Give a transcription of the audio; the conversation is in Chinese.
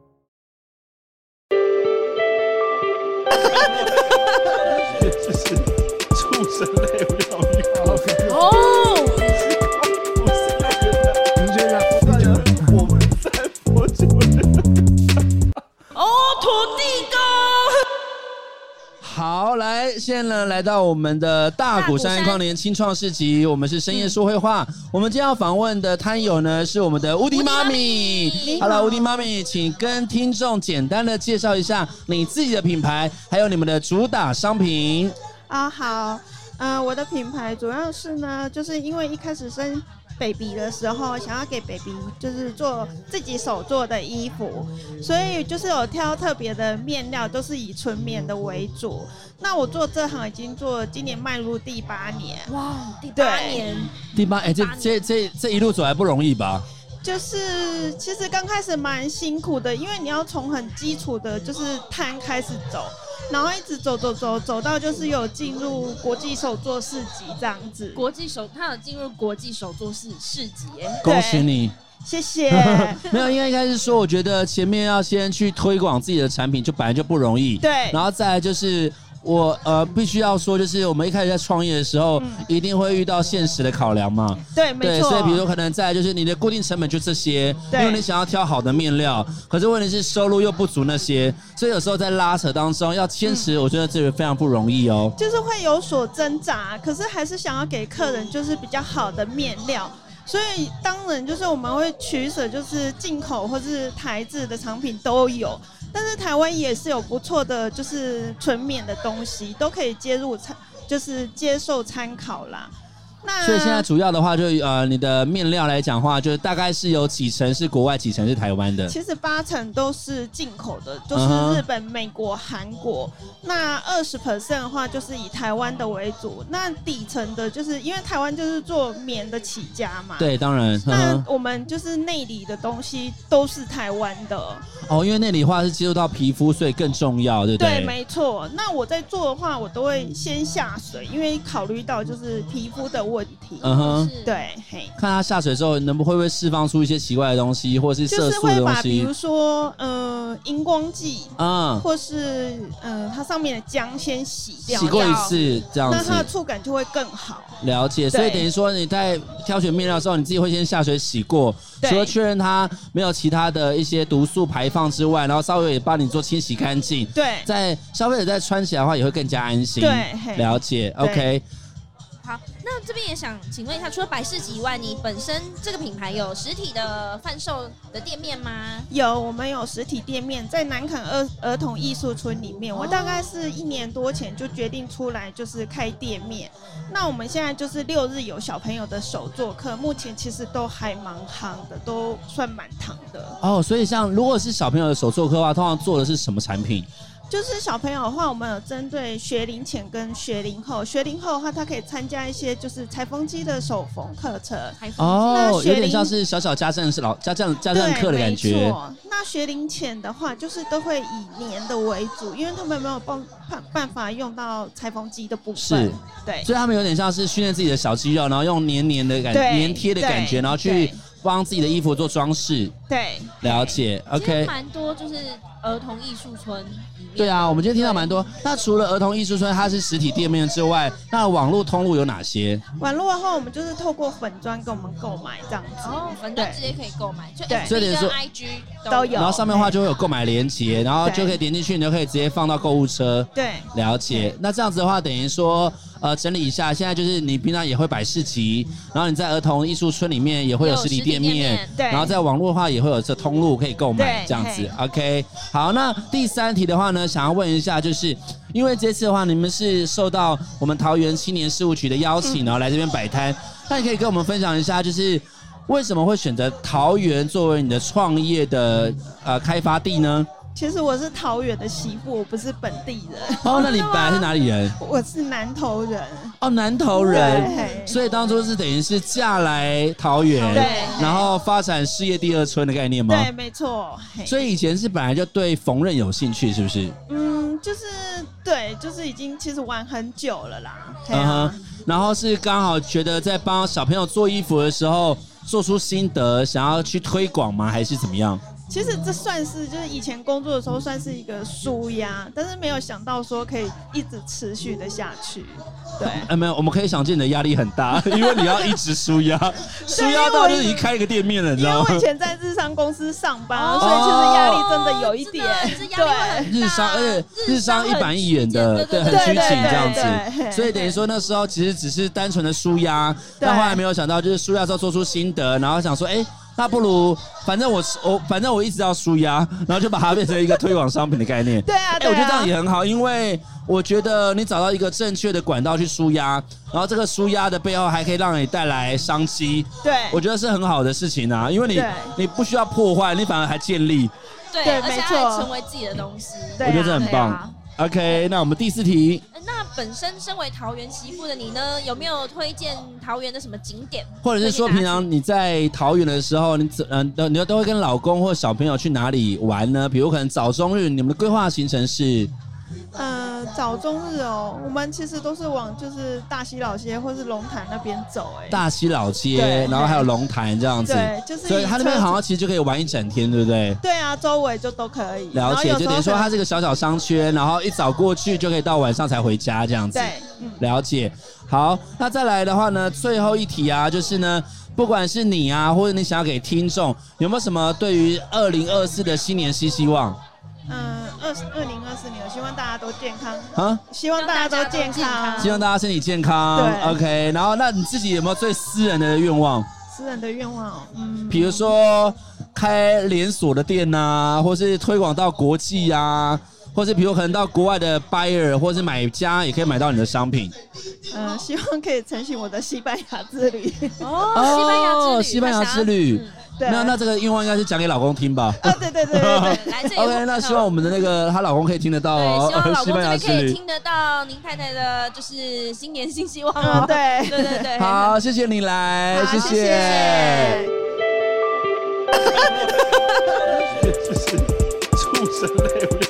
畜生类不要用。哦，我们在佛祖哦，土地公，好，来，现在呢，来到我们的大鼓山嗯矿联新创市集，我们是深夜说会话。我们今天要访问的摊友呢，是我们的无敌妈咪。Hello，无敌妈咪，请跟听众简单的介绍一下你自己的品牌，还有你们的主打商品。啊，好，呃，我的品牌主要是呢，就是因为一开始生 baby 的时候，想要给 baby 就是做自己手做的衣服，所以就是有挑特别的面料，都是以纯棉的为主。那我做这行已经做，今年迈入第八年，哇，第八对年，第八，哎，这这这这一路走来不容易吧？就是其实刚开始蛮辛苦的，因为你要从很基础的，就是摊开始走，然后一直走走走走到就是有进入国际手作市集这样子。国际手，他有进入国际手作市市集耶，恭喜你！谢谢。 没有，应该应该是说，我觉得前面要先去推广自己的产品，就本来就不容易。对然后再来就是我呃，必须要说，就是我们一开始在创业的时候，一定会遇到现实的考量嘛。对，嗯没对，错。所以比如说可能再来就是你的固定成本就这些，因对为你想要挑好的面料，可是问题是收入又不足那些，所以有时候在拉扯当中要坚持，嗯我觉得这个非常不容易哦。就是会有所挣扎，可是还是想要给客人就是比较好的面料。所以当然就是我们会取舍，就是进口或是台制的产品都有，但是台湾也是有不错的，就是纯棉的东西都可以接入参，就是接受参考啦。那所以现在主要的话就，呃，你的面料来讲的话，就是大概是有几成是国外，几成是台湾的。其实八成都是进口的，就嗯哼是日本、美国、韩国。那二十 percent 的话，就是以台湾的为主。那底层的，就是因为台湾就是做棉的起家嘛。。对，嗯当然。呵那呵我们就是内里的东西都是台湾的，哦，因为内里话是接触到皮肤，所以更重要，对不对？对，没错。那我在做的话，我都会先下水，因为考虑到就是皮肤的问题。嗯哼，是，对，嘿。看它下水之后，能不会不会释放出一些奇怪的东西，或者是就色是素的会东把，比西如？说，呃，荧光剂，啊、或是，呃，它上面的浆先洗掉，洗过一次这样那它的子，触感就会更好。了解。所以等于说你在挑选面料的时候，你自己会先下水洗过，对除了确认它没有其他的一些毒素排放之外，然后稍微也帮你做清洗干净，对在消费者在穿起来的话也会更加安心。对，嘿了解。对 OK，好，那这边也想请问一下，除了百事集以外，你本身这个品牌有实体的贩售的店面吗？有我们有实体店面在南肯儿儿童艺术村里面。我大概是一年多前就决定出来，就是开店面。那我们现在就是六日有小朋友的手作课，目前其实都还蛮夯的，都算蛮夯的。哦，所以像如果是小朋友的手作课的话，通常做的是什么产品？就是小朋友的话，我们有针对学龄前跟学龄后。学龄后的话，他可以参加一些就是裁缝机的手缝课程。台风哦，那学有点龄像是小小家政是老家政家啊对，政没课错，的感觉。那学龄前的话，就是都会以年的为主，因为他们没有办办办法用到裁缝机的部分。是，对，所以他们有点像是训练自己的小肌肉，然后用黏黏的感对黏贴的感觉，对然后去对帮自己的衣服做装饰。对，了解其实，OK。蛮多就是儿童艺术村里面，对啊，我们今天听到蛮多。那除了儿童艺术村它是实体店面之外，那网络通路有哪些？网络的话，我们就是透过粉砖跟我们购买这样子。哦，反正直接可以购买，就对 FB 所以等于跟说 IG 都有然后上面的话就会有购买链接，然后对就可以点进去，你就可以直接放到购物车。对，了解。那这样子的话，等于说，呃整理一下，现在就是你平常也会摆市集，然后你在儿童艺术村里面也会有有实体实体店店面面，对然后在网络的话也会有这通路可以购买对这样子嘿。 OK，好，那第三题的话呢，想要问一下，就是因为这次的话，你们是受到我们桃园青年事务局的邀请，然后来这边摆摊，那你可以跟我们分享一下，就是为什么会选择桃园作为你的创业的呃开发地呢？其实我是桃园的媳妇，我不是本地人，哦，那你本来是哪里人？我是南投人。哦，南投人，对所以当初是等于是嫁来桃园，对然后发展事业第二春的概念吗？对，没错。嘿所以以前是本来就对缝纫有兴趣，是不是？嗯，就是对，就是已经其实玩很久了啦。对嗯啊哼，然后是刚好觉得在帮小朋友做衣服的时候做出心得，想要去推广吗？还是怎么样？其实这算是就是以前工作的时候算是一个舒压，但是没有想到说可以一直持续的下去。对，呃，没有，我们可以想见你的压力很大， 因为你要一直舒 压，舒压到就是已经开一个店面了，你知因为道我吗以？前在日商公司上班，哦所以其实压力真的有一点真的，是压力会对很大日商，而且日商一板一眼的，对，对很对对拘谨对这样对对子，对所以等于说那时候其实只是单纯的舒压，对但后来没有想到就是舒压之后做出心得，然后想说，哎，那不如反正我我反正我一直要舒压，然后就把它变成一个推广商品 的概念。对啊，哎、我对觉得这啊样也，很好，因为我觉得你找到一个正确的管道去舒压，然后这个舒压的背后还可以让你带来商机，对，我觉得是很好的事情啊。因为你对你不需要破坏，你反而还建立。对，对而且没它错还成为自己的东西。对我觉得啊这很对棒。啊 OK，那我们第四题，呃那本身身为桃园媳妇的你呢，有没有推荐桃园的什么景点？或者是说推平荐大家常你在桃园的时候，你怎嗯、都你都会跟老公或小朋友去哪里玩呢？比如可能早中日，你们的规划行程是嗯、早中日哦，我们其实都是往就是大溪老街或是龙潭那边走、哎，大溪老街对，然后还有龙潭这样子，对，就是所以以他那边车好像其实就可以玩一整天，对不对？对啊，周围就都可以，然了后解，有就时等于候说可它能是个小小商圈，然后一早过去就可以到晚上才回家这样子。对，嗯，了解。好，那再来的话呢，最后一题啊，就是呢，不管是你啊，或者你想要给听众，有没有什么对于二零二四的新年新希望嗯，二二零二四年，我希望大家都健康，啊？希望大家都健康。希望大家身体健康对，OK。然后，那你自己有没有最私人的愿望？私人的愿望哦，嗯，比如说开连锁的店呐、或是推广到国际啊，或是比如可能到国外的 buyer 或是买家也可以买到你的商品。嗯，希望可以成行我的西班牙之旅。 哦，西西班班牙牙之之旅旅，对，那那这个愿望应该是讲给老公听吧。啊，对对对对他想要嗯来这 对，里哦 OK，那希望我们的那个她老公可以听得到对，希望哦，老 西公这班牙边之可以旅。听得到您太太的，就是新年新希望哦嗯，。对，对对对，好，谢谢你来，好谢谢谢。就是畜生类，我要。哦